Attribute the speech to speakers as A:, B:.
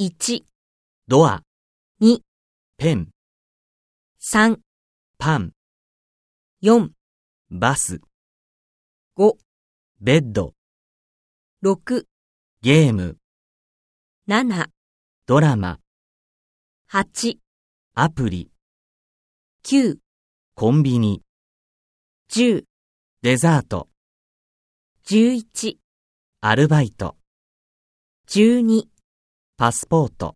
A: 1、
B: ドア、
A: 2、
B: ペン、
A: 3、
B: パン、
A: 4、
B: バス、
A: 5、
B: ベッド、
A: 6、
B: ゲーム、
A: 7、
B: ドラマ、
A: 8、
B: アプリ、
A: 9、
B: コンビニ、
A: 10、
B: デザート、
A: 11、
B: アルバイト、
A: 12。
B: パスポート。